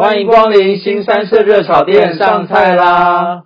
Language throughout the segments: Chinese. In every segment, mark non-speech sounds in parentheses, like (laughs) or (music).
欢迎光临新三色热炒店，上菜啦！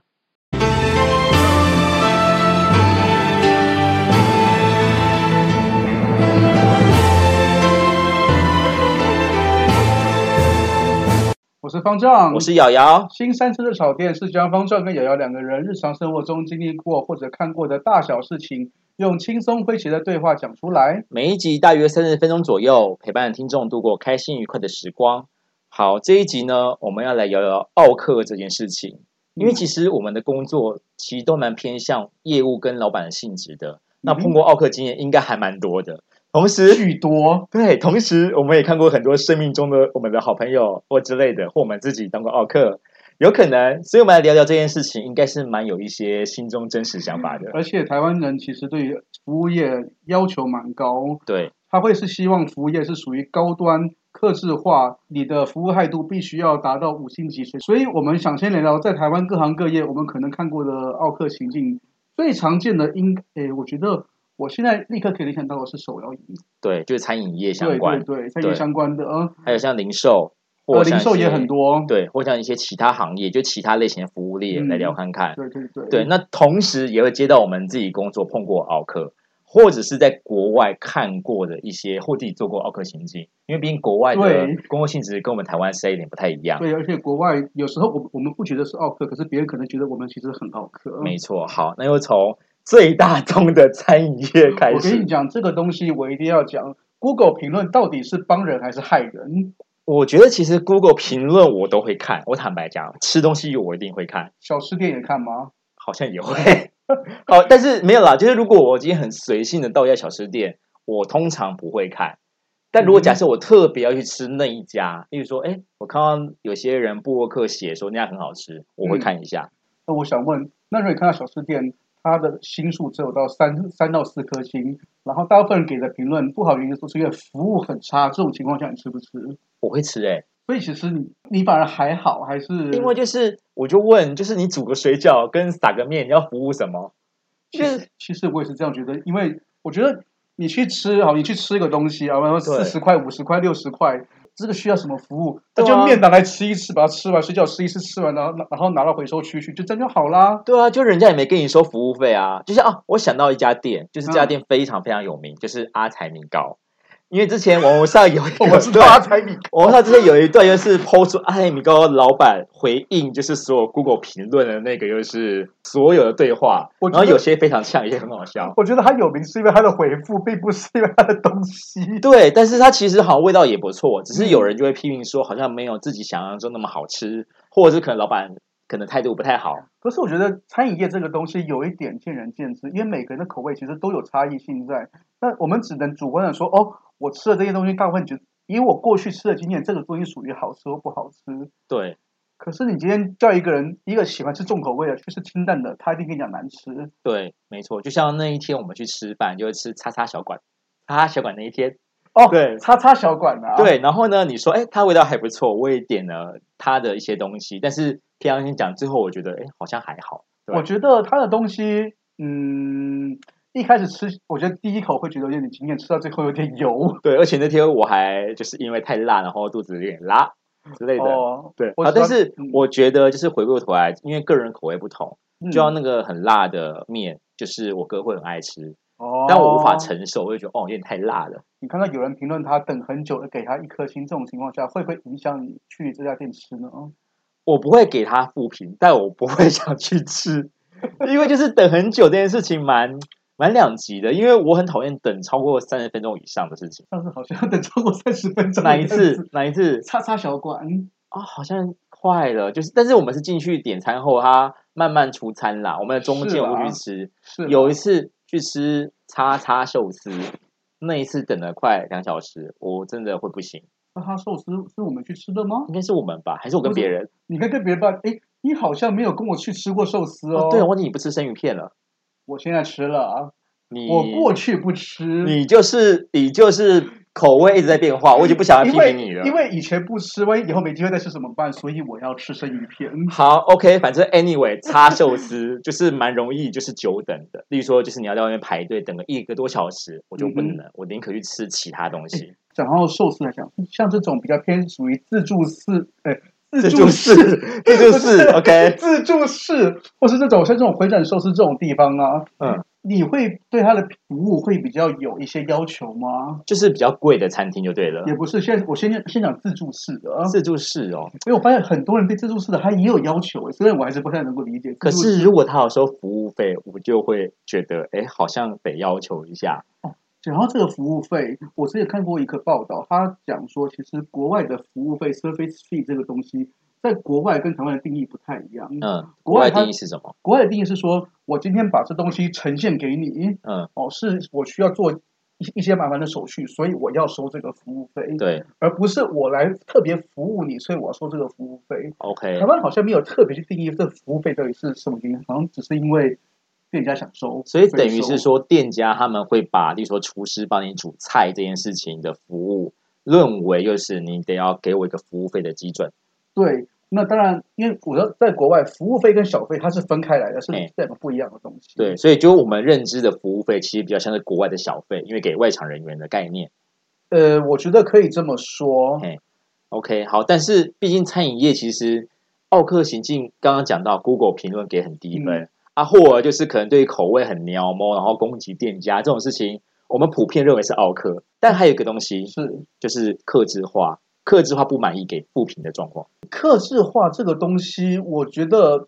我是方丈，我是瑶瑶，新三色热炒店是将方丈跟瑶瑶两个人日常生活中经历过或者看过的大小事情，用轻松诙谐的对话讲出来。每一集大约三十分钟左右，陪伴听众度过开心愉快的时光。好，这一集呢，我们要来聊聊奥克这件事情，因为嗯其实我们的工作其实都蛮偏向业务跟老板的性质嗯的。那碰过奥克经验应该还蛮多的，同时巨多， (laughs) 对，同时我们也看过很多生命中的我们的好朋友或之类的，或我们自己当过奥克，有可能，所以我们来聊聊这件事情，应该是蛮有一些心中真实想 (laughs) 法的。而且台湾人其实对于服务业要求蛮高，对，他会是希望服务业是属于高端、客制化，你的服务态度必须要达到五星级水准。所以我们想先聊聊在台湾各行各业我们可能看过的奥克情境，最常见的应，诶，我觉得我现在立刻可以联想到的是手摇饮，对，就是餐饮业相对关，对对，餐对饮相关的，嗯，还有像零售，或呃，像零售一也些很，多，对，或像一些其他行业，就其他类型的服务业嗯来聊看看。对对对，对，那同时也会接到我们自己工作碰过奥克，或者是在国外看过的一些或自己做过奥克情境，因为毕竟国外的对工作性质跟我们台湾实在有点不太一样。对，而且国外有时候我我们不觉得是奥克，可是别人可能觉得我们其实很奥克。嗯没错，好，那又从最大宗的餐饮业开嗯我跟你始，讲这个东西，我一定要讲。Google 评论到底是帮人还是害人？我觉得其实 Google 评论我都会看，我坦白讲，吃东西我一定会看。小吃店也看吗？好像也会。 (laughs) 好，但是没有啦，就是如果我今天很随性的到一家小吃店，我通常不会看。但如果假设我特别要去吃那一家，例如说，哎，我看到有些人布洛克写说那家很好吃，我会看一下。那我想问，那如果你看到小吃店，它的星数只有到三三到四颗星，然后大部分人给的评论不好，原因是因为服务很差。这种情况下，你吃不吃？我会吃哎、诶所以其实你你反而还好，还是因为就是我就问，就是你煮个水饺跟撒个面，你要服务什么？其实其实我也是这样觉得，因为我觉得你去吃好，你去吃一个东西啊，然后对四十块、五十块、六十块，这个需要什么服务？那对啊就面拿来吃一吃，把它吃完，水饺吃一吃，吃完然后然后拿到回收区去，就这样就好啦。对啊，就人家也没跟你收服务费啊。就像啊，我想到一家店，就是这家店非常非常有名，就是阿财米糕。因为之前网络上有一个， (laughs) (laughs) 我知道阿财米糕，我他之前有一段就是抛出艾米高老板回应，就是所有 Google 评论的那个，就是所有的对话，我觉然得后有些非常呛，有些很好笑。我觉得它有名是因为它的回复，并不是因为它的东西。对，但是它其实好像味道也不错，只是有人就会批评说，好像没有自己想象中那么好吃，或者是可能老板可能态度不太好。可是我觉得餐饮业这个东西有一点见仁见智，因为每个人的口味其实都有差异性在。那我们只能主观的说，哦，我吃的这些东西大部分觉得，以我过去吃的经验，这个东西属于好吃或不好吃。对，可是你今天叫一个人，一个喜欢吃重口味的，去吃清淡的，他一定跟你讲难吃。对，没错，就像那一天我们去吃饭，就是吃叉叉小馆，叉叉小馆那一天，哦，对叉叉小馆啊，，对，然后呢，你说，哎，它味道还不错，我也点了它的一些东西，但是平常心讲，最后我觉得，哎，好像还好。对我觉得他的东西，嗯，一开始吃，我觉得第一口会觉得有点惊艳，吃到最后有点油。对，而且那天我还就是因为太辣，然后肚子有点拉之类的。哦，对，我啊，知但道是嗯我觉得就是回过头来，因为个人口味不同，嗯就像那个很辣的面，就是我哥会很爱吃，哦，但我无法。承受，我就觉得哦，有点太辣了。你看到有人评论他等很久，给他一颗星，这种情况下会不会影响你去这家店吃呢？哦我不会给他负评，但我不会 (laughs) 想去吃，因为就是等很久这件事情蛮蛮两极的，因为我很讨厌等超过三十分钟以上的事情。上次好像等超过三十分钟，哪一次？？哪一次？叉叉小馆，啊、好像快了，就是，但是我们是进去点餐后，他慢慢出餐啦。我们的中是间我会啦去吃，是有一啦次去吃叉叉寿司，那一次等了快两小时，我真的会不行。叉叉寿司是我们去吃的吗？应该是我们吧，还是我跟不是别人？你看跟别人吧，哎，你好像没有跟我去吃过寿司哦。哦，对，我忘记你不吃生鱼片了。我现在吃了啊，你我过去不吃。你就是你就是口味一直在变化，我已经不想要批因为评你啊了因。为以前不吃，万一以后没机会再吃怎么办？所以我要吃生鱼片。好，OK，反正 anyway，叉 (laughs) 寿司就是蛮容易就是久等的。例如说，就是你要在外面排队等个一个多小时，我就不嗯哼能，我宁可去吃其他东西。 (laughs) 讲到寿司来讲，像这种比较偏属于自助式，呃，自自助助式、式，自不助式是，OK， (laughs) (laughs) 自助式，或是这种像这种回转寿司这种地方啊，嗯，你会对它的服务会比较有一些要求吗？就是比较贵的餐厅就对了也。不是，现在我先先讲自助式的啊，自助式哦，因为我发现很多人对自助式的他也有要求，虽然我还是不太能够理解。可自助式是如果他有收服务费，我就会觉得，哎，好像得要求一下。讲到这个服务费，我之前看过一个报道，他讲说，其实国外的服务费 （service fee） 这个东西，在国外跟台湾的定义不太一样。嗯，国国外外它定义是什么？国外的定义是说，我今天把这东西呈现给你，嗯，哦，是我需要做一一些麻烦的手续，所以我要收这个服务费，对而不是我来特别服务你，所以我要收这个服务费。 ，OK，台湾好像没有特别去定义这服务费到底是什么原因，好像只是因为店家想收，所以等于收是说，店家他们会把，例如说厨师帮你煮菜这件事情的服务，认为又是你得要给我一个服务费的基准。对，那当然，因为我说在国外，服务费跟小费它是分开来的，是哎两个不一样的东西。对，所以就我们认知的服务费，其实比较像是国外的小费，因为给外场人员的概念。呃，我觉得可以这么说哎。OK，好，但是毕竟餐饮业其实奥克行径刚刚讲到，Google 评论给很低嗯分，啊，或者就是可能对口味很撩猫，然后攻击店家这种事情，我们普遍认为是奥克。但还有一个东西是就是克制化，克制化不满意给负评的状况。克制化这个东西，我觉得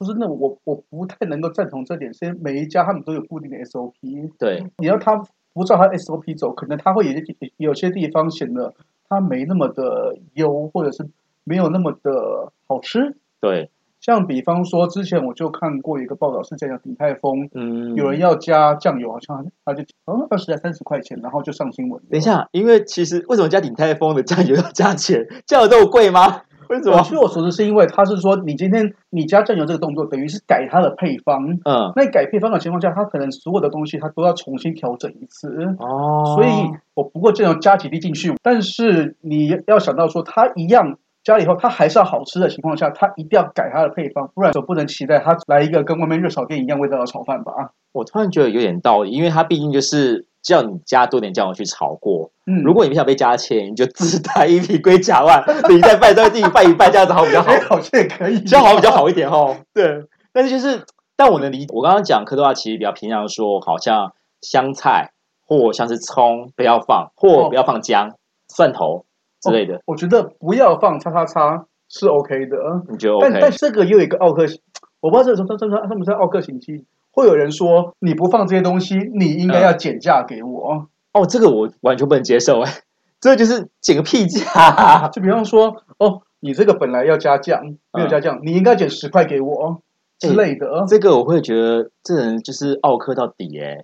就是那我我不太能够赞同这点，是因为每一家他们都有固定的 SOP，对，你要他不照他 SOP 走，可能他会有些地有些地方显得他没那么的优，或者是没有那么的好吃。对，像比方说，之前我就看过一个报道，是在讲鼎泰丰嗯，有人要加酱油，好像他就好像二十来三十块钱，然后就上新闻。等一，下，因为其实为什么加鼎泰丰的酱油要加钱？ (laughs) 酱油这么贵吗？为什我么？据我所知是因为他是说你今天你加酱油这个动作，等于是改它的配方。嗯，那改配方的情况下，它可能所有的东西它都要重新调整一次。哦，所以我不过这样加几滴进去，但是你要想到说，它一样加了以后，它还是要好吃的情况下，它一定要改它的配方，不然就不能期待它来一个跟外面热炒店一样味道的炒饭吧？我突然觉得有点道理，因为它毕竟就是叫你加多点酱油去炒过。嗯，如果你不想被加钱，你就自带一瓶龟甲万，你再拌再自己拌一拌，这样子好比较好哎，，好像也可以，这样好比较好一点哦。对，但是就是，但我能理解，我刚刚讲科多拉啊其实比较偏向说，好像香菜或像是葱不要放，或哦不要放姜、蒜头之类的，我觉得不要放叉叉叉是 OK 的，你觉得但 OK？但这个又有一个奥克，我不知道这算不算算不算奥克行期。会有人说你不放这些东西，你应该要减价给我。哦，这个我完全不能接受哎，这就是减个屁价，就比方说，哦，你这个本来要加酱，没有加酱，你应该减十块给我之类的。这个我会觉得这人就是奥克到底哎，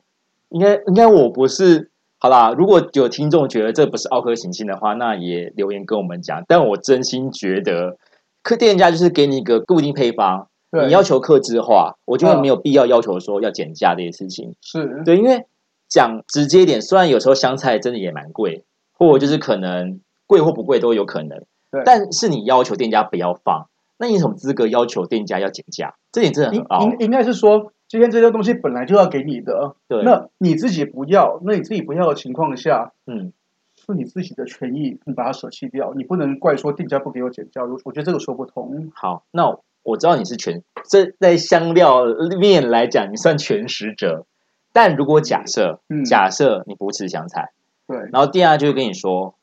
应该应该我不是。好啦，如果有听众觉得这不是奥克行径的话，那也留言跟我们讲。但我真心觉得，客店家就是给你一个固定配方，对，你要求克制化，我觉嗯得没有必要要求说要减价这些事情。是对，因为讲直接一点，虽然有时候香菜真的也蛮贵，或者就是可能贵或不贵都有可能对，但是你要求店家不要放，那你有什么资格要求店家要减价？这点真的很应傲。应应该是说，今天这些东西本来就要给你的，对，那你自己不要，那你自己不要的情况下，嗯，是你自己的权益，你把它舍弃掉，你不能怪说店家不给我减价，我我觉得这个说不通。好，那我知道你是全这在香料面来讲，你算全食者。但如果假设，嗯，假设你不吃香菜，对，然后店家就会跟你说，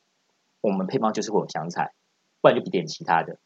我们配方就是会有香菜，不然就不点其他的，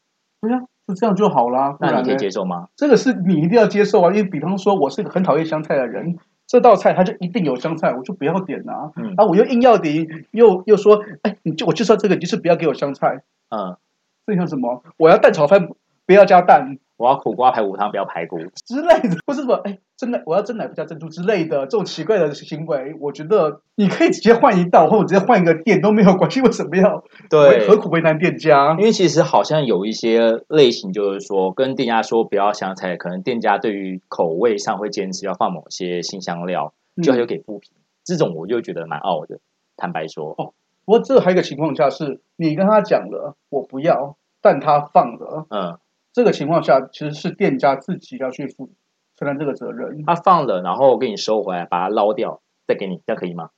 对呀、就这样就好啦。不那然你可以呢？接受吗？这个是你一定要接受啊，因为比方说我是一个很讨厌香菜的人，这道菜它就一定有香菜，我就不要点啊。嗯啊，我又硬要点，又又说，哎，你就我就说这个，你就是不要给我香菜，嗯，这像什么？我要蛋炒饭，不要加蛋我要苦瓜排骨汤，不要排骨。之类的， (laughs) 或是什么？哎，真奶，我要真奶不加珍珠之类的，这种奇怪的行为，我觉得你可以直接换一道，或者直接换一个店都没有关系，为什么要为何苦为难店家因？为其实好像有一些类型，就是说跟店家说不要香菜，可能店家对于口味上会坚持要放某些新香料，就还有嗯、给负评。这种我就觉得蛮傲的，坦白说。不过这还有一个情况下是，你跟他讲了我不要，但他放了。嗯，这个情况下，其实是店家自己要去负承担这个责任。他放了，然后我给你收回来，把它捞掉，再给你，这样可以吗？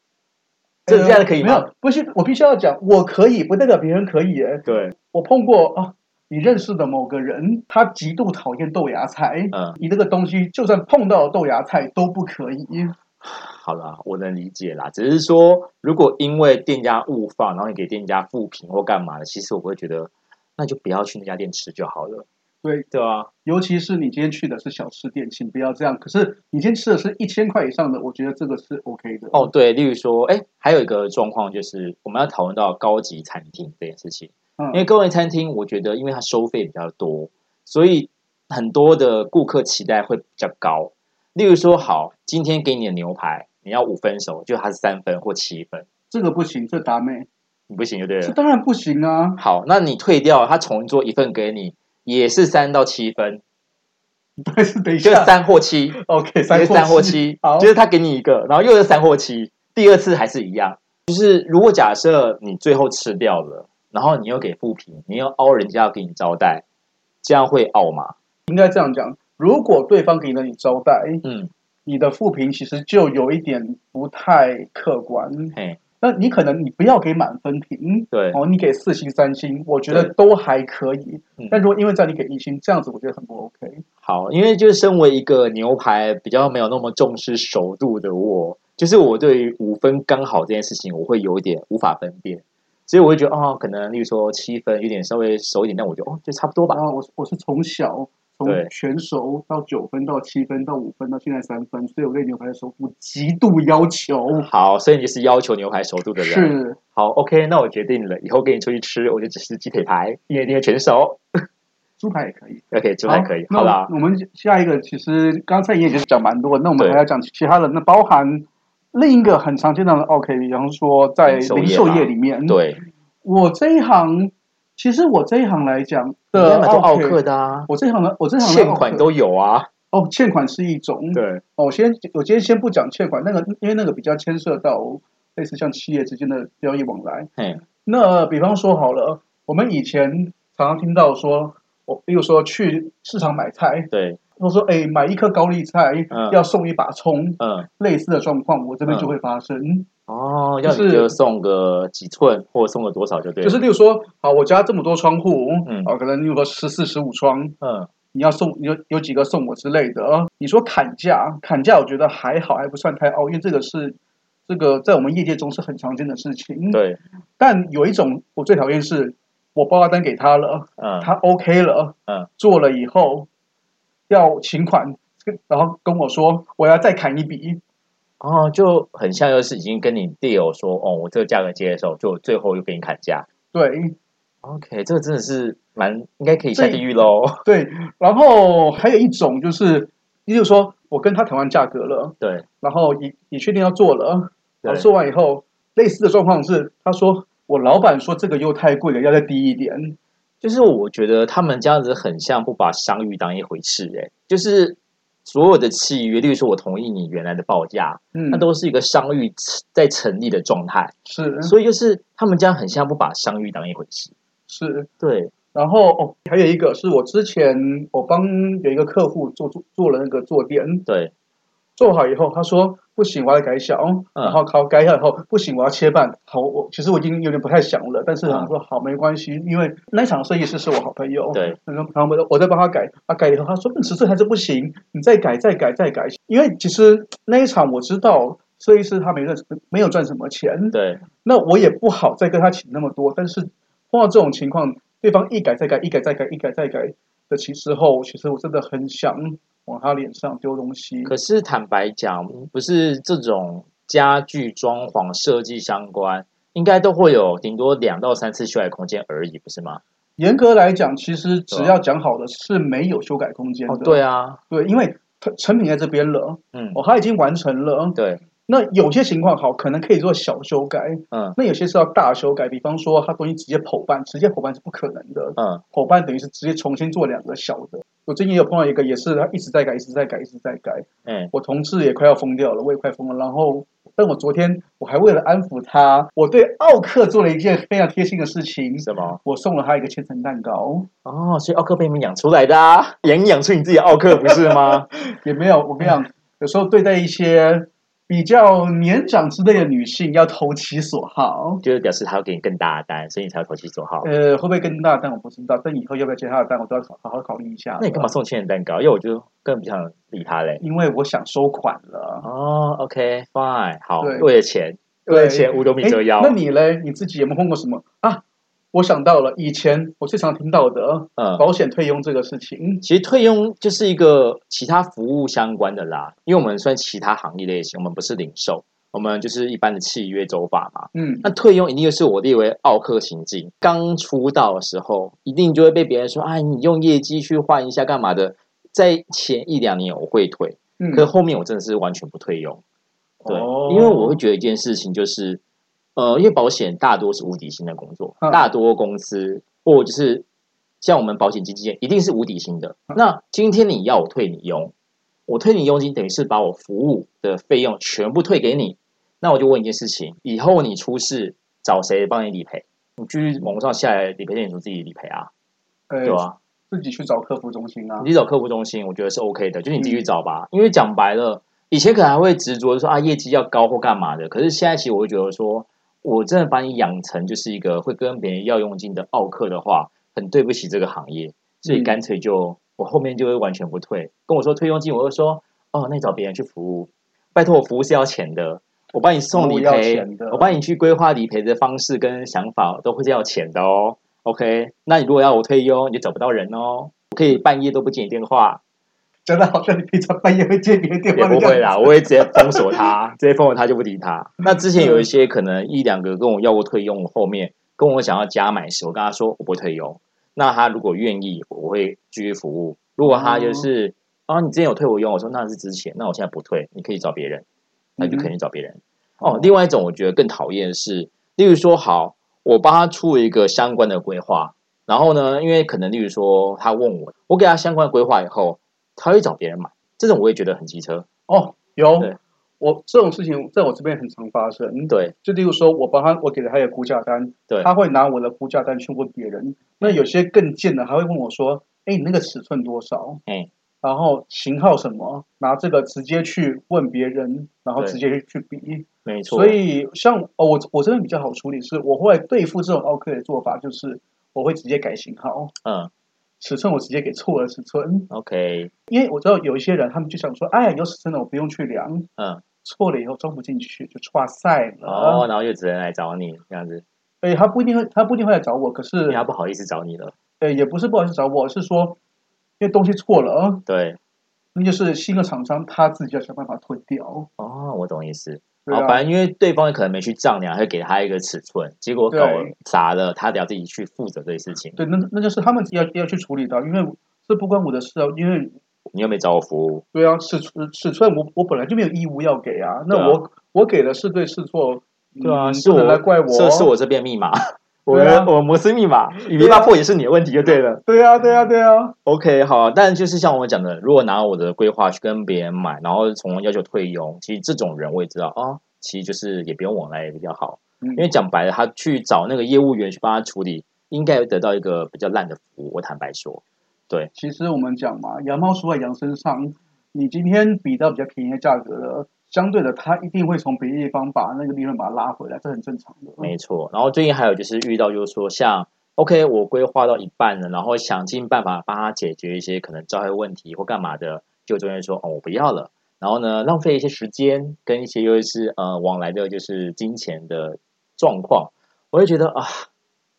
这这样可以没吗？有，不是，我必须要讲，我可以，不代表别人可以耶。对，我碰过啊，你认识的某个人，他极度讨厌豆芽菜，嗯，你这个东西就算碰到豆芽菜都不可以。好啦，我能理解啦。只是说，如果因为店家误放，然后你给店家复评或干嘛的，其实我会觉得，那就不要去那家店吃就好了。对对啊，尤其是你今天去的是小吃店，请不要这样。可是你今天吃的是一千块以上的，我觉得这个是 OK 的。哦，对，例如说，哎，还有一个状况就是，我们要讨论到高级餐厅这件事情。嗯因为高级餐厅，我觉得因为它收费比较多，所以很多的顾客期待会比较高。例如说，好，今天给你的牛排，你要五分熟，就它是三分或七分，这个不行，这达妹，你不行就对这了。当然不行啊。 (laughs) 好，那你退掉，他重做一份给你，也是三到七分，但是等一就下是三或七， ，OK，也三是三或七好，，就是他给你一个，然后又是三或七，第二次还是一样。就是如果假设你最后吃掉了，然后你又给复评，你又凹人家要给你招待，这样会傲吗？应该这样讲。如果对方给了你招待，嗯，你的负评其实就有一点不太客观。嘿，那你可能你不要给满分评，对，哦，你给四星、三星，我觉对得都还可以嗯。但如果因为这样你给一星，这样子我觉得很不 OK。好，因为就是身为一个牛排比较没有那么重视熟度的我，就是我对于五分刚好这件事情，我会有一点无法分辨，所以我会觉得哦，可能例如说七分有点稍微熟一点，但我觉得哦就差不多吧然。后我是我是从小对从全熟到九分到七分到五分到现在三分，所以我对牛排的熟度极度要求。好，所以你就是要求牛排熟度的人。是，好，OK，那我决定了，以后跟你出去吃，我就只吃鸡腿排，因为因为全熟。猪排也可以。 OK，这还可以，好那啊啦。我们下一个其实刚才你也讲蛮多，那我对们还要讲其他的，那包含另一个很常见到的 OK，比方说在零售业零售吧业里面，，对，我这一行，其实我这一行来讲应该的蛮多奥 OK，克的啊，我这一行的我这一行的欠款 OK，都有啊。哦，欠款是一种。对，哦，我先我今天先不讲欠款，那个因为那个比较牵涉到类似像企业之间的交易往来。嘿，那比方说好了，我们以前常常听到说，我比如说去市场买菜，对，我说：“哎，买一颗高丽菜、嗯要送一把葱。嗯，”类似的状况，我这边就会发生。哦，要你就是就送个几寸，或送个多少就对就了。是例如说，啊，我家这么多窗户，嗯啊，可能例如说十四、十五窗，嗯，你要送有有几个送我之类的。你说砍价，砍价我觉得还好，还不算太傲，因为这个是这个在我们业界中是很常见的事情。。对，但有一种我最讨厌是，我报价单给他了，嗯，他 OK 了，嗯，做了以后要请款，跟然后跟我说我要再砍一笔，哦，就很像就是已经跟你 deal 说，哦，我这个价格接受，就最后又给你砍价。对 OK，这个真的是蛮应该可以下地狱喽。对。然后还有一种就是，也就是说我跟他谈完价格了， (laughs) 对，然后你你确定要做了，然后对做完以后，类似的状况是，他说我老板说这个又太贵了，要再低一点。就是我觉得他们这样子很像不把商誉当一回事、欸，就是所有的契约，例如说我同意你原来的报价，嗯那，都是一个商誉在成立的状态，是所以就是他们这样很像不把商誉当一回事。是。对，然后哦，还有一个是我之前我帮有一个客户做做做了那个坐垫，对，做好以后，他说不行，我要改小，嗯然后考改小以后不行，我要切半。好，我其实我已经有点不太想了，但是嗯他说好没关系，因为那场设计师是我好朋友，对，然后然后我我再帮他改，他改了以后他说嗯，尺寸还是不行，你再改再改再改，因为其实那一场我知道设计师他没赚没有赚什么钱，对，那我也不好再跟他请那么多，但是碰到这种情况，对方一改再改，一改再改，一改再改的其时候，其实我真的很想往他脸上丢东西。可是坦白讲，不是这种家具装潢设计相关，应该都会有顶多两到三次修改空间而已，不是吗？严格来讲，其实对只啊要讲好了是没有修改空间的。哦，对啊，对因为成成品在这边了，嗯，哦，他已经完成了。对，那有些情况好，可能可以做小修改，嗯那有些是要大修改，比方说他东西直接剖半，直接剖半是不可能的。嗯，伙伴等于是直接重新做两个小的。我最近也有碰到一个，也是他一直在改，一直在改，一直在改。哎，我同事也快要疯掉了，我也快疯了。然后，但我昨天我还为了安抚他，我对奥克做了一件非常贴心的事情，什么？我送了他一个千层蛋糕。哦，所以奥克被你们养出来的啊，养养出你自己的奥克不是吗？ (laughs) 也没有，我跟你讲，有时候对待一些比较年长之类的女性要投其所好。就是表示他要给你更大的单，所以你才要投其所好。呃，会不会更大的单我不知道，但以后要不要接她的单，我都要好好考虑一下。那你干嘛？送千人蛋糕？因为我就更不想理他嘞。因为我想收款了。哦，OK，fine，、好，对为了钱，为对了钱五斗米诶折腰。那你嘞？你自己有没有碰过什么啊？我想到了，以前我最常听到的嗯，保险退佣这个事情，其实退佣就是一个其他服务相关的啦，因为我们算其他行业类型，我们不是零售，我们就是一般的契约走法嘛。嗯，那退佣一定就是我列为奥克行径，刚出道的时候，一定就会被别人说：“哎，你用业绩去换一下干嘛的？”在前一两年我会退，嗯可是后面我真的是完全不退佣。对，哦因为我会觉得一件事情就是，呃，因为保险大多是无底薪的工作，嗯大多公司或就是像我们保险经纪人一定是无底薪的。嗯那今天你要我退你佣，我退你佣金等于是把我服务的费用全部退给你。那我就问一件事情：以后你出事找谁帮你理赔？你继续网上下来理赔店主自己理赔啊，呃对吧、啊？自己去找客服中心啊嗯你，去找客服中心，我觉得是 OK 的，就你自己去找吧。因为讲白了，以前可能还会执着说啊业绩要高或干嘛的，可是现在其实我会觉得说，我真的把你养成就是一个会跟别人要佣金的奥客的话，很对不起这个行业，所以嗯干脆就、我后面就会完全不退。跟我说退佣金，我就说哦，那你找别人去服务，拜托我服务是要钱的。我帮你送服务理哦要赔钱的，我帮你去规划理赔的方式跟想法，都会是要钱的哦。OK，那你如果要我退佣，你就找不到人哦。我可以半夜都不接你电话，真的好像你平常半夜会接别人电 (laughs) 也话的不样子会啦，我会直接封锁他，直接封锁他就不理 (laughs) 他。那之前有一些可能一两个跟我要过退佣，后面跟我想要加买时，我跟他说我不退佣。那他如果愿意，我会继续服务。如果他就是、啊，你之前有退我佣，我说那是之前，那我现在不退，你可以找别人，那就可以去找别人。哦，另外一种我觉得更讨厌的是，例如说，好，我帮他出一个相关的规划，然后呢，因为可能例如说他问我，我给他相关的规划以后，他会找别人买，这种我也觉得很机车。哦，有对我这种事情在我这边很常发生。对，就例如说，我帮他，我给了他一个估价单，对他会拿我的估价单去问别人。那有些更贱的，还会问我说：“哎，你那个尺寸多少？哎，然后型号什么？”拿这个直接去问别人，然后对直接去比。没错。所以像哦，我我这边比较好处理是，我后来对付这种奥克的做法就是，我会直接改型号，嗯尺寸我直接给错了尺寸， ，OK，因为我知道有一些人他们就想说：“哎，有尺寸的我不用去量。”嗯，错了以后装不进去就岔赛了。哦，然后就只能来找你这样子，对，他不一定会，他不一定会来找我，可因是为他不好意思找你了。呃，也不是不好意思找我，是说因为东西错了啊，对，那就是新的厂商他自己要想办法吞掉。哦，我懂意思。对哦，啊，反正因为对方可能没去丈量，会给他一个尺寸，结果搞对砸了，他得要自己去负责这些事情。对，那那就是他们要要去处理的，因为这不关我的事啊，因为你又没找我服务，对啊，尺寸尺寸我我本来就没有义务要给啊，那对啊我、我给了是对是错，对啊，嗯是不我能来怪我，哦这是我这边密码，我对啊的我摩斯密码，你没办法破也是你的问题就对了。对啊，对啊，对啊， OK，好，但就是像我讲的，如果拿我的规划去跟别人买，然后从而要求退佣，其实这种人我也知道啊、哦其实就是也不用往来也比较好，嗯因为讲白了，他去找那个业务员去帮他处理，应该会得到一个比较烂的服务。我坦白说，其实我们讲嘛，羊毛出在羊身上，你今天比到比较便宜的价格了，相对的，它一定会从别的地方把那个利润把它拉回来，这很正常的。没错。然后最近还有就是遇到，就是说像 OK，我规划到一半了，然后想尽办法帮他解决一些可能招黑问题或干嘛的，就中间说哦我不要了，然后呢浪费一些时间跟一些又是呃往来的就是金钱的状况，我就觉得啊，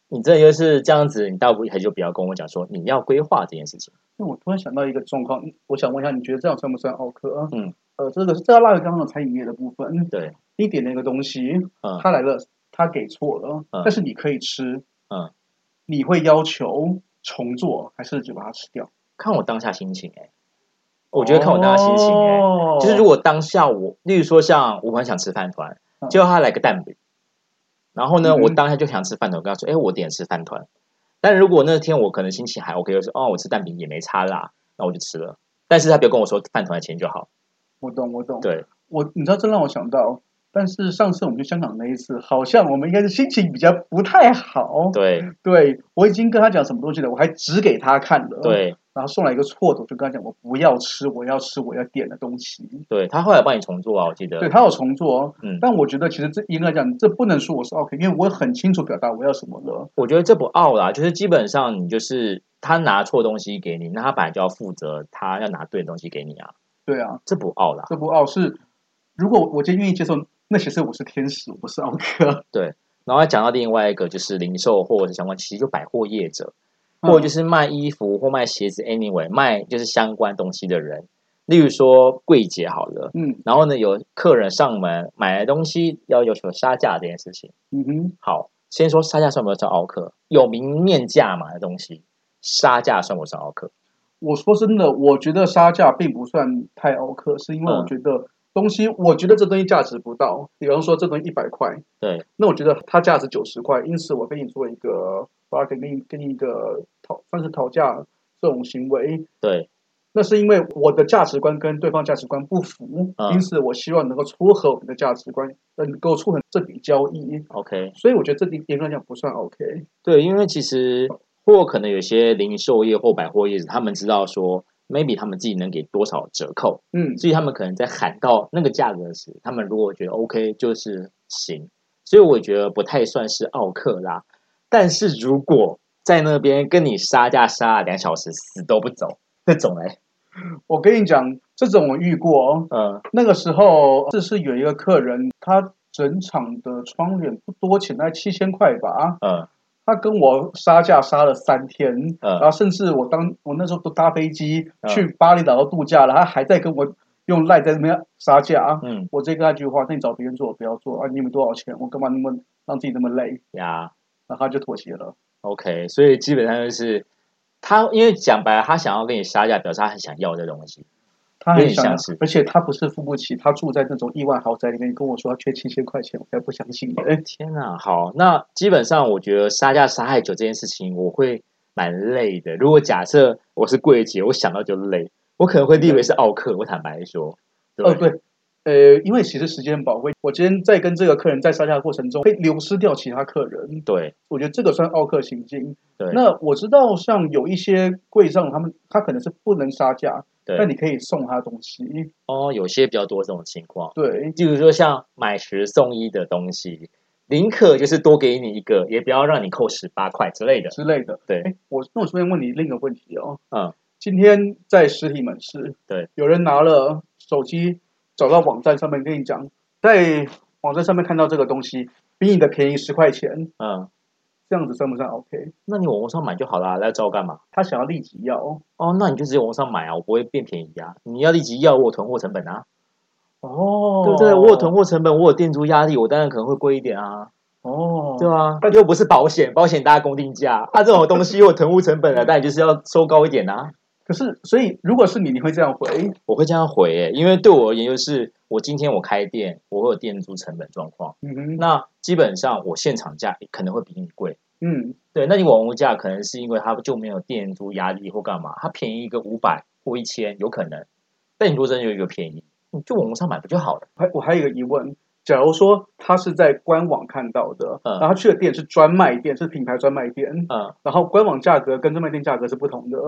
你这又是这样子，你倒不还就不要跟我讲说你要规划这件事情。那我突然想到一个状况，嗯我想问一下，你觉得这样算不算奥克？嗯，呃，这个是这要拉回刚刚的餐饮业的部分，对，你点了一个东西，嗯他来了，他给错了，嗯但是你可以吃，嗯，你会要求重做还是就把它吃掉？看我当下心情哎、我觉得看我当下心情哎、哦就是如果当下我，例如说像我很想吃饭团，嗯结果他来个蛋饼，然后呢，嗯哼我当下就想吃饭团，我跟他说，哎，我点吃饭团。但如果那天我可能心情还 OK，我说哦，我吃蛋饼也没差啦，那我就吃了。但是他不要跟我说饭团的钱就好，我懂，我懂，对，我你知道，这让我想到，但是上次我们去香港那一次，好像我们应该是心情比较不太好。对，嗯对，我已经跟他讲什么东西了，我还指给他看了。，对，然后送来一个错的，我就跟他讲我不要吃，我要吃我要点的东西。对他后来帮你重做啊，我记得。对他有重做哦，嗯但我觉得其实这应该讲，这不能说我是 OK，因为我很清楚表达我要什么了。我觉得这不傲啦，就是基本上你就是他拿错东西给你，那他本来就要负责他要拿对的东西给你啊，对啊，这不傲啦。这不傲是，如果我今天愿意接受，那其实我是天使，我不是奥克。然后讲到另外一个就是零售或者是相关，其实就百货业者，嗯或者就是卖衣服或卖鞋子，anyway 卖就是相关东西的人，例如说柜姐好了。嗯然后呢，有客人上门买了东西要要求杀价这件事情。嗯哼，好，先说杀价算不算奥克？有明面价嘛的东西，杀价算不算奥克？我说真的，我觉得杀价并不算太奥克，是因为嗯我觉得东西，我觉得这东西价值不到。比方说这东西一百块，对，那我觉得它价值九十块，因此我跟你做一个 bargain，跟你跟你一个讨算是讨价这种行为，对，那是因为我的价值观跟对方价值观不符，嗯因此我希望能够撮合我们的价值观，能够促成这笔交易。 OK，所以我觉得这点严格来讲不算 OK。对，因为其实或可能有些零售业或百货业者，他们知道说 maybe 他们自己能给多少折扣，嗯，所以他们可能在喊到那个价格时，他们如果觉得 OK 就是行，所以我觉得不太算是奥克啦。但是如果在那边跟你杀价杀了两小时，死都不走，这种嘞，我跟你讲，这种我遇过哦。嗯那个时候，这是有一个客人，他整场的窗帘不多钱，大概七千块吧。嗯他跟我杀价杀了三天，嗯然后甚至我当我那时候都搭飞机、嗯去巴厘岛度假了，他还在跟我用赖在那边杀价。啊嗯我直接跟他一句话：“那你找别人做，我不要做啊！你们多少钱？我干嘛那么让自己那么累呀。？”然后他就妥协了。 OK，所以基本上就是他，因为讲白了，他想要跟你杀价，表示他很想要这东西。他有很点想像要是，而且他不是付不起，他住在那种亿万豪宅里面，跟我说他缺七千块钱，我才不相信哎呢。哎天哪，好，那基本上我觉得杀价杀害酒这件事情，我会蛮累的。如果假设我是柜姐，我想到就累，我可能会立为是奥克。我坦白说，对哦，对，呃，因为其实时间很宝贵，我今天在跟这个客人在杀价的过程中，会流失掉其他客人，对我觉得这个算奥客行径。对那我知道，像有一些柜上，他们他可能是不能杀价，但对你可以送他东西。哦，有些比较多这种情况，对，例如说像买十送一的东西，宁可就是多给你一个，也不要让你扣十八块之类的。之类的。对哎，我那我顺便问你另一个问题哦。嗯，今天在实体门市，对，有人拿了手机找到网站上面跟你讲，在网站上面看到这个东西比你的便宜十块钱，嗯，这样子算不算 OK？那你网络上买就好啦，来找我干嘛？他想要立即要。哦，那你就直接网上买啊，我不会变便宜啊。你要立即要我有囤货成本啊，哦对不对？我有囤货成本，我有店租压力，我当然可能会贵一点啊，哦，对啊，但又不是保险，保险大家公定价啊，这种东西有囤货成本的，当然就是要收高一点啊。可是，所以如果是你，你会这样回？我会这样回、欸，因为对我而言，就是我今天我开店，我会有店租成本状况，嗯哼，那基本上我现场价可能会比你贵。嗯，对，那你网络价可能是因为它就没有店租压力或干嘛，它便宜一个五百或一千有可能，但你如果真的有一个便宜，你就网络上买不就好了？还我还有一个疑问，假如说他是在官网看到的，嗯然后他去的店是专卖店，是品牌专卖店，嗯，然后官网价格跟专卖店价格是不同的。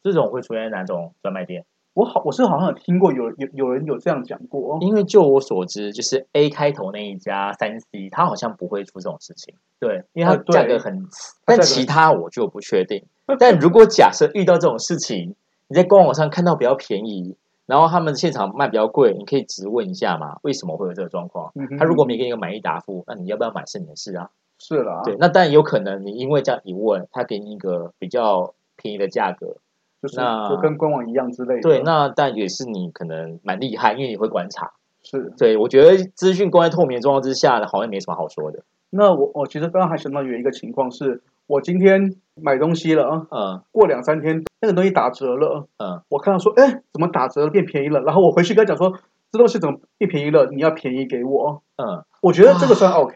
这种会出现在哪种专卖店？我好，我是好像有听过有有有人有这样讲过，因为就我所知，就是 A 开头那一家三 C，它好像不会出这种事情。对，因为呃它对价格很，它价但格其他我就不确定。但如果假设遇到这种事情，你在官网上看到比较便宜，然后他们现场卖比较贵，你可以直问一下嘛，为什么会有这个状况？嗯哼他如果没给你一个满意答复，那你要不要买是你的事啊。是啦，对，，那当然有可能你因为这样一问，他给你一个比较便宜的价格，就是那就跟官网一样之类的。对，那但也是你可能蛮厉害，因为你会观察。是。对，我觉得资讯公开透明的状况之下，好像没什么好说的。那我我其实刚刚还想到有一个情况是，我今天买东西了啊，嗯过两三天那个东西打折了，嗯，我看到说，哎，怎么打折了变便宜了？然后我回去跟他讲说，这东西怎么变便宜了？你要便宜给我。嗯，我觉得这个算 OK，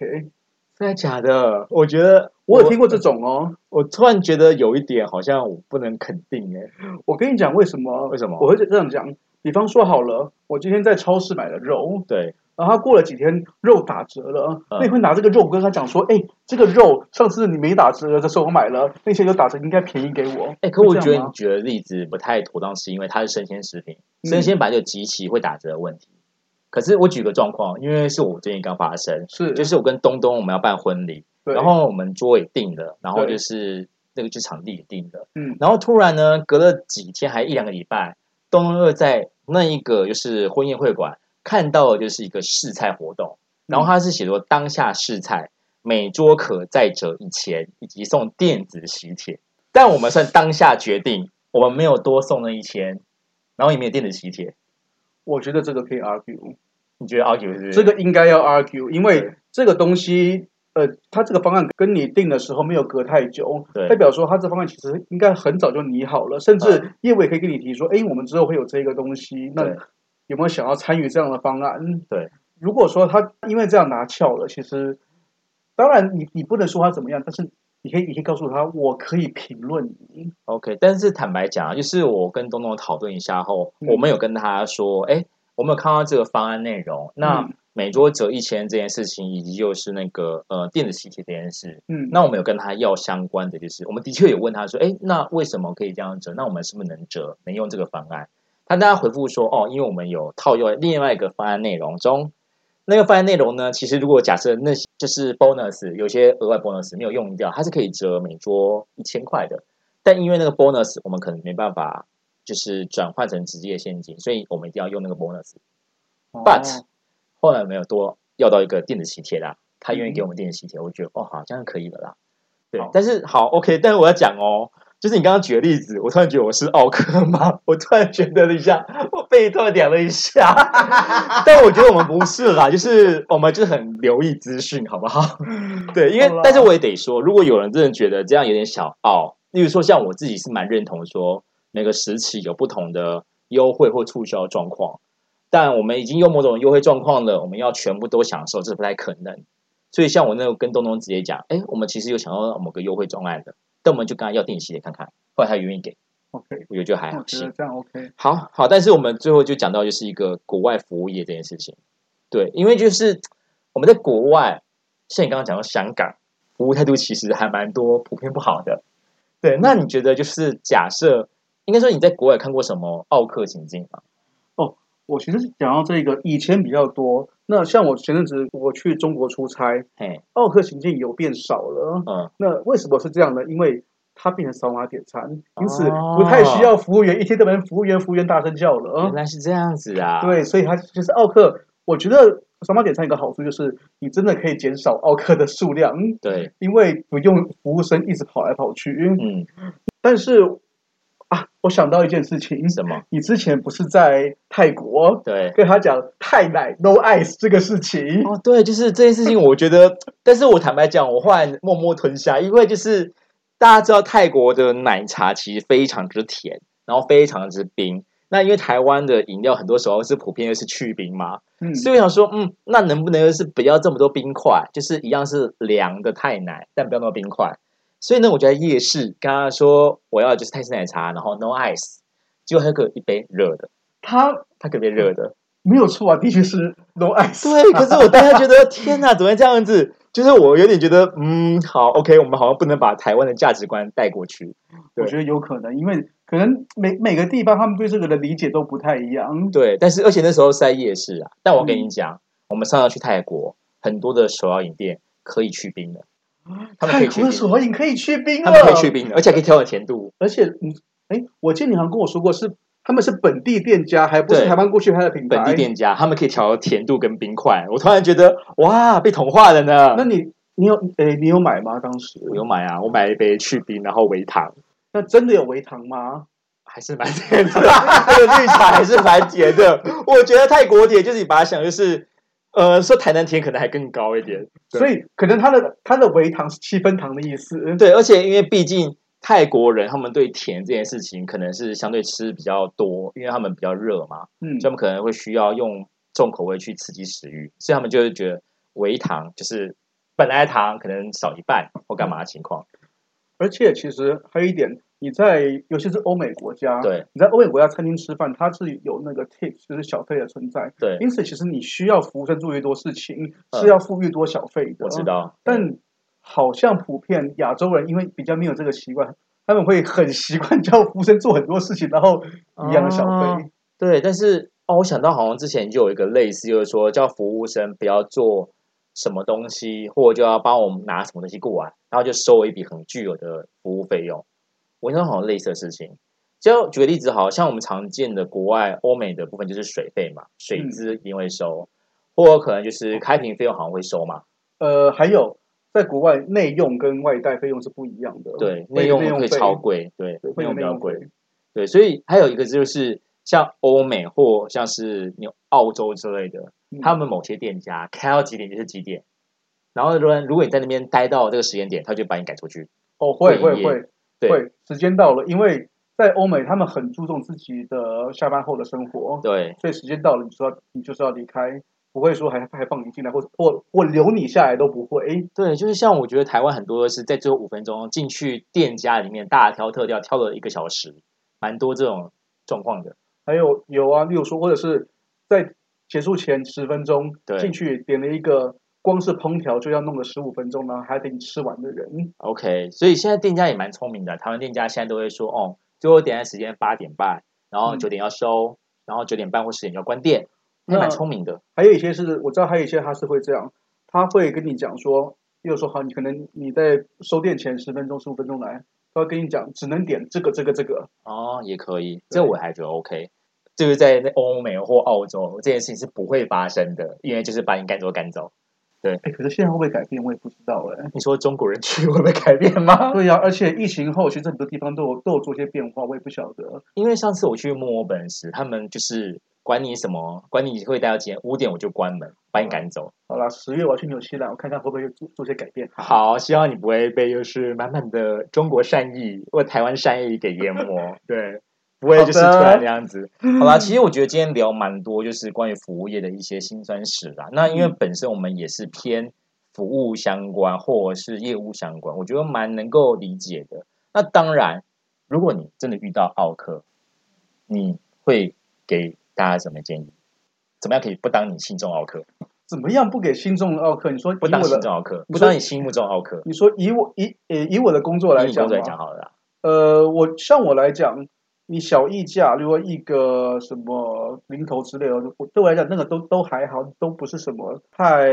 真的假的？我觉得我有听过这种哦。我，我突然觉得有一点好像我不能肯定哎、我跟你讲为什么？为什么我会这样讲？比方说好了，我今天在超市买了肉，对，然然后他过了几天肉打折了，嗯那你会拿这个肉跟他讲说，哎，这个肉上次你没打折的时候我买了，那些有打折你应该便宜给我。哎、可我会觉这得样吗你举的例子不太妥当，是因为它是生鲜食品，嗯生鲜本来就有极其会打折的问题。可是我举个状况，因为是我最近刚发生，是，就是我跟东东我们要办婚礼，对然后我们桌也定了，然后对就是那个就场地也定了，嗯然后突然呢，隔了几天还一两个礼拜，东东又在那一个就是婚宴会馆看到的就是一个试菜活动，然后他是写说当下试菜，每桌可再折一千，以及送电子喜帖，但我们算当下决定，我们没有多送那一千，然后也没有电子喜帖，我觉得这个可以 argue，你觉得 argue 是不是这个应该要 argue，因为对这个东西。呃，他这个方案跟你定的时候没有隔太久，对代表说他这方案其实应该很早就拟好了，甚至嗯业委可以跟你提说，哎，我们之后会有这个东西，那对有没有想要参与这样的方案？对，如果说他因为这样拿翘了，其实当然你你不能说他怎么样，但是你可以你可以告诉他，我可以评论你。 OK，但是坦白讲啊，就是我跟东东讨论一下后，嗯我们有跟他说，哎，我们有看到这个方案内容，那嗯每桌折一千这件事情，以及就是那个呃电子习题这件事，嗯，那我们有跟他要相关的，就是我们的确有问他说，哎，那为什么可以这样折？那我们是不是能折，能用这个方案？他大家回复说，哦，因为我们有套用另外一个方案内容中。那个方案内容呢？其实如果假设那些就是 bonus，有些额外 bonus 没有用掉，它是可以折每桌一千块的。但因为那个 bonus，我们可能没办法就是转换成直接的现金，所以我们一定要用那个 bonus。But 哦后来我们有多要到一个电子喜帖啦，他愿意给嗯我们电子喜帖，我觉得哦，好，这样可以了啦。对好，但是好 OK，但是我要讲哦，就是你刚刚举的例子，我突然觉得我是奥克吗？ (laughs) 我突然觉得了一下，我被突然点了 (laughs) 一下，但我觉得我们不是啦，就是我们就是很留意资讯，好不 (laughs) 好？对，因为好啦但是我也得说，如果有人真的觉得这样有点小傲，例如说像我自己是蛮认同说每个时期有不同的优惠或促销状况，但我们已经有某种优惠状况了，我们要全部都享受，这不太可能。所以像我那个跟东东直接讲，哎，我们其实有想要某个优惠专案的，但我们就跟他要定期的看看，后来他愿意给，哦 OK，我觉得就还我好。觉得这样 OK。好好，但是我们最后就讲到就是一个国外服务业这件事情，对，因为就是我们在国外，像你刚刚讲到香港，服务态度其实还蛮多普遍不好的，对，那你觉得就是假设，应该说你在国外看过什么奥克情境吗？我其实讲到这个以前比较多，那像我前阵子我去中国出差，嘿，奥克行径有变少了。嗯，那为什么是这样呢？因为它变成扫码点餐，因此哦不太需要服务员，一天到晚服务员服务员大声叫了。原来是这样子啊，，对，所以它就是奥克。我觉得扫码点餐有个好处就是，你真的可以减少奥克的数量，对，因为不用服务生一直跑来跑去。嗯，但是啊，我想到一件事情，什么？你之前不是在泰国对。 (laughs) 跟他讲太奶 no ice 这个事情？ (laughs) 哦，对，就是这件事情，我觉得，但是我坦白讲，我后来默默吞下，因为就是大家知道泰国的奶茶其实非常之甜，然后非常之冰。那因为台湾的饮料很多时候是普遍又是去冰嘛，嗯，所以我想说，嗯，那能不能就是不要这么多冰块，就是一样是凉的太奶，但不要那么冰块。所以呢，我就在夜市跟他说我要就是泰式奶茶，然后 no ice，结果他给我一杯热的，他他给我一杯热的，没有错啊，的确是 no ice。 (laughs) (laughs) 对，可是我当下觉得，天哪，怎么会这样子？就是我有点觉得，嗯，好，OK，我们好像不能把台湾的价值观带过去。对我觉得有可能，因为可能每每个地方他们对这个的理解都不太一样。对，但是而且那时候是在夜市啊，但我跟嗯你讲，我们上次去泰国，很多的手摇饮店可以去冰的，他们可啊泰以去国的手冰，摇饮可以去冰他了，们可以去冰的，而且还可以调整甜度。而且嗯，哎，我记得你好像跟我说过是他们是本地店家，还不是对台湾过去开的品牌。本地，店家他们可以调甜度跟冰块，我突然觉得哇，被同化了呢。那你你有哎你有买吗？当时我有买啊，我买了一杯去冰，然后微糖，那真的有微糖吗？还是蛮甜的， (laughs) 这个绿茶还是蛮甜的。我觉得泰国甜就是你把它想就是，呃，说台南甜可能还更高一点。对所以可能它的它的微糖是七分糖的意思。对，而且因为毕竟泰国人他们对甜这件事情可能是相对吃比较多，因为他们比较热嘛，嗯所以他们可能会需要用重口味去刺激食欲，所以他们就会觉得微糖就是本来的糖可能少一半或干嘛的情况。而且其实还有一点，你在尤其是欧美国家，对你在欧美国家餐厅吃饭，它是有那个 tips，就是小费的存在。对，因此，其实你需要服务生做越多事情，嗯是要付越多小费的。哦我知，道，但好像普遍亚洲人因为比较没有这个习惯，他们会很习惯叫服务生做很多事情，然后一样的小哦费。对，但是哦，我想到好像之前就有一个类似，就是说叫服务生不要做什么东西，或者就要帮我们拿什么东西过来，然后就收一笔很巨额的服务费用。我印象好像类似的事情。就举个例子好，像我们常见的国外欧美的部分就是水费嘛，水嗯资一定会收，或可能就是开瓶费用好像会收嘛。呃，还有在国外内用跟外带费用是不一样的，对，会内有用会哦费超，贵，对，对内会有用比内较用贵费。。对，所以还有一个就是像欧美或像是你澳洲之类的，嗯他们某些店家开到几点就是几点，然后如果如果你在那边待到这个时间点，他就把你赶出去。哦，会会会营业会对会，时间到了，因为在欧美他们很注重自己的下班后的生活，对所以时间到了，你就要你就是要离开，不会说还还放你进来，或或或留你下来都不会。诶对，就是像我觉得台湾很多是在最后五分钟进去店家里面大挑特挑，挑了一个小时，蛮多这种状况的。还有有啊，例如说，或者是在结束前十分钟对进去点了一个。光是烹调就要弄个十五分钟，然后还得你吃完的人， OK，所以现在店家也蛮聪明的，台湾店家现在都会说，哦，最后点餐时间八点半，然后嗯九点要收，然后九点半或十点就要关店，还蛮那聪明的。还有一些是我知道，还有一些他是会这样，他会跟你讲说，例如说好，你可能你在收店前十分钟、十五分钟来，他会跟你讲只能点这个、这个、这个。哦，也可以，对这我还觉得 OK。就是在那欧美或澳洲，这件事情是不会发生的，因为就是把你赶走赶走。哎，可是现在会不会改变，我也不知道哎。你说中国人去 (laughs) 会不会改变吗？对呀、而且疫情后，其实很多地方都有都有做一些变化，我也不晓得。因为上次我去墨尔本时，他们就是管你什么，管你会待到几点，五点我就关门，把你赶走。好啦，十月我要去纽西兰，我看看会不会有做做些改变。好，希望你不会被就是满满的中国善意或台湾善意给 (laughs) 淹没，对，不会就是突然那样子。好啦，其实我觉得今天聊蛮多，就是关于服务业的一些辛酸史啦。那因为嗯本身我们也是偏服务相关或者是业务相关，我觉得蛮能够理解的。那当然，如果你真的遇到奥克，你会给大家什么建议？怎么样可以不当你心中奥克，怎么样不给心中的奥克？你说以不我当心中的，奥克，你不说当你心目中奥克？你说以我以呃以我的工作来以你工讲作来吗讲好了啦。呃，我像我来讲，你小溢价，如果一个什么零头之类的，我对我来讲那个都都还好，都不是什么太。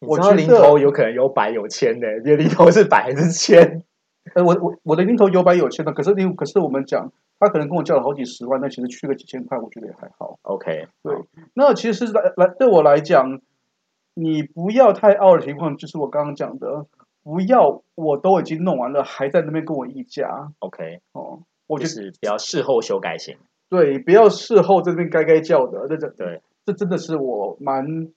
你我知道觉零得头有可能有百有千的，你的零头是百还是千？呃，我我我的零头有百有千的，可是零可是我们讲，他可能跟我叫了好几十万，那其实去个几千块，我觉得也还好。 OK，对那其实来来对我来讲，你不要太傲的情况，就是我刚刚讲的，不要我都已经弄完了，还在那边跟我议价，OK，哦。我就觉得是比较事后修改型。对，不要事后在那边该该叫的，这这对，这真的是我蛮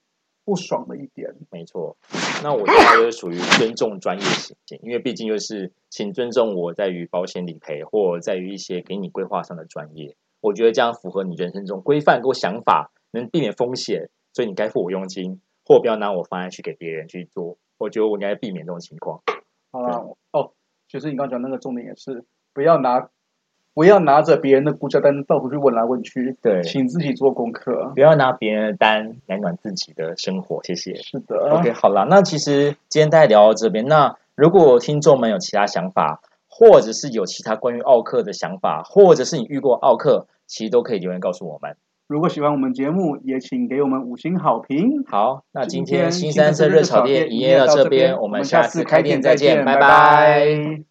不爽的一点。没错，那我觉得 (laughs) 就是属于尊重专业型，因为毕竟就是请尊重我在于保险理赔或在于一些给你规划上的专业，我觉得这样符合你人生中规范跟想法，能避免风险，所以你该付我佣金，或不要拿我方案去给别人去做。我觉得我应该避免这种情况。好啦，哦，其实你刚刚讲那个重点也是，不要拿不要拿着别人的估价单到处去问来问去，对请自己做功课。不要拿别人的单来暖自己的生活，谢谢。是的 OK，好啦，那其实今天大家聊到这边，那如果听众们有其他想法，或者是有其他关于奥克的想法，或者是你遇过奥克，其实都可以留言告诉我们。如果喜欢我们节目，也请给我们五星好评。好，那今今天天新新三三色色热热炒炒店店营营业业到到这这边边，我我们们下下次次开开店店再再见，见，拜拜拜拜。